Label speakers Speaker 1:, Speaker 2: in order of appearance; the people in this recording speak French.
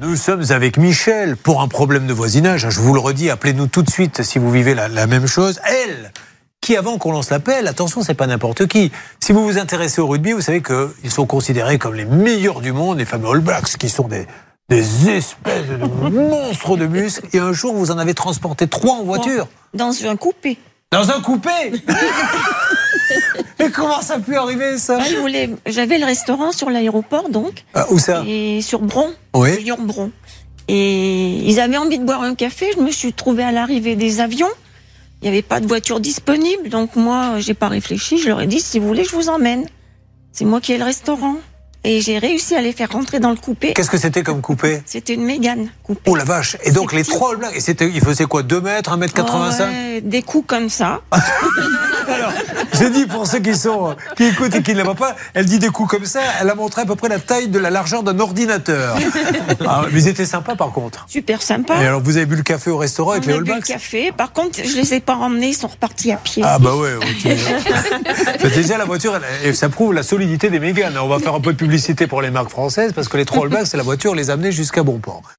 Speaker 1: Nous sommes avec Michel pour un problème de voisinage. hein, Je vous le redis, appelez-nous tout de suite si vous vivez la, la même chose. Elle, qui avant qu'on lance l'appel, attention, c'est pas n'importe qui. Si vous vous intéressez au rugby, vous savez qu'ils sont considérés comme les meilleurs du monde, les fameux All Blacks, qui sont des, des espèces de monstres de muscles. Et un jour, vous en avez transporté trois en voiture.
Speaker 2: Dans un coupé.
Speaker 1: Dans un coupé Mais comment ça peut arriver, ça
Speaker 2: Moi, je voulais- J'avais le restaurant sur l'aéroport, donc,
Speaker 1: Ah, Où ça
Speaker 2: et sur Bron,
Speaker 1: Oui.
Speaker 2: Lyon-Bron. Et ils avaient envie de boire un café. Je me suis trouvée à l'arrivée des avions. Il n'y avait pas de voiture disponible, donc moi, j'ai pas réfléchi. Je leur ai dit, si vous voulez, je vous emmène. C'est moi qui ai le restaurant. Et j'ai réussi à les faire rentrer dans le coupé.
Speaker 1: Qu'est-ce que c'était comme coupé
Speaker 2: C'était une mégane coupée.
Speaker 1: Oh la vache Et donc
Speaker 2: C'est
Speaker 1: les
Speaker 2: petit.
Speaker 1: trois All Blacks, et c'était, ils faisaient quoi 2 mètres, 1 mètre 85
Speaker 2: Ouais, des coups comme ça.
Speaker 1: Ah.
Speaker 2: Ah
Speaker 1: Je dis pour ceux qui sont qui écoutent et qui ne la voient pas, elle dit des coups comme ça, elle a montré à peu près la taille de la largeur d'un ordinateur. Ah, mais ils étaient sympas par contre.
Speaker 2: Super
Speaker 1: Et
Speaker 2: sympa.
Speaker 1: alors vous avez bu le café au restaurant avec
Speaker 2: On
Speaker 1: les
Speaker 2: a
Speaker 1: All
Speaker 2: bu le
Speaker 1: Blacks
Speaker 2: café. Par contre, je les ai pas emmenés. Ils sont repartis à pied.
Speaker 1: ah bah ouais, ok. Bah, déjà la voiture, elle- et ça prouve la solidité des Mégane. On va faire un peu de publicité pour les marques françaises parce que les trois All Blacks, c'est la voiture les amener jusqu'à Bonport.